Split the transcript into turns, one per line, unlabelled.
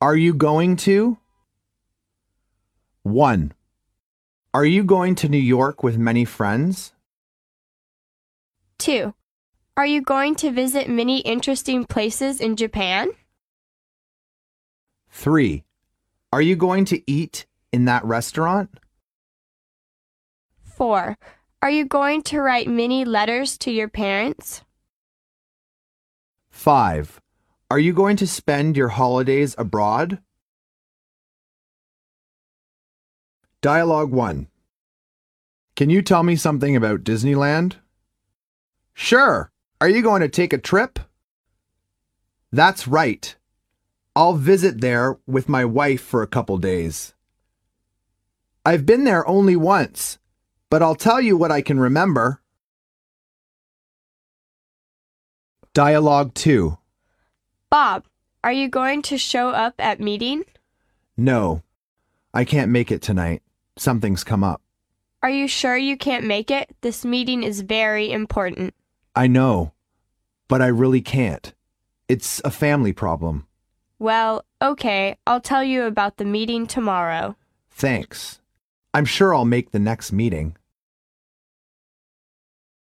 Are you going to? 1. Are you going to New York with many friends?
2. Are you going to visit many interesting places in Japan?
3. Are you going to eat in that restaurant?
4. Are you going to write many letters to your parents?
5. Are you going to spend your holidays abroad? Dialogue 1. Can you tell me something about Disneyland? Sure. Are you going to take a trip? That's right. I'll visit there with my wife for a couple days. I've been there only once, but I'll tell you what I can remember. Dialogue 2.
Bob, are you going to show up at meeting?
No, I can't make it tonight. Something's come up.
Are you sure you can't make it? This meeting is very important.
I know, but I really can't. It's a family problem.
Well, okay, I'll tell you about the meeting tomorrow.
Thanks. I'm sure I'll make the next meeting.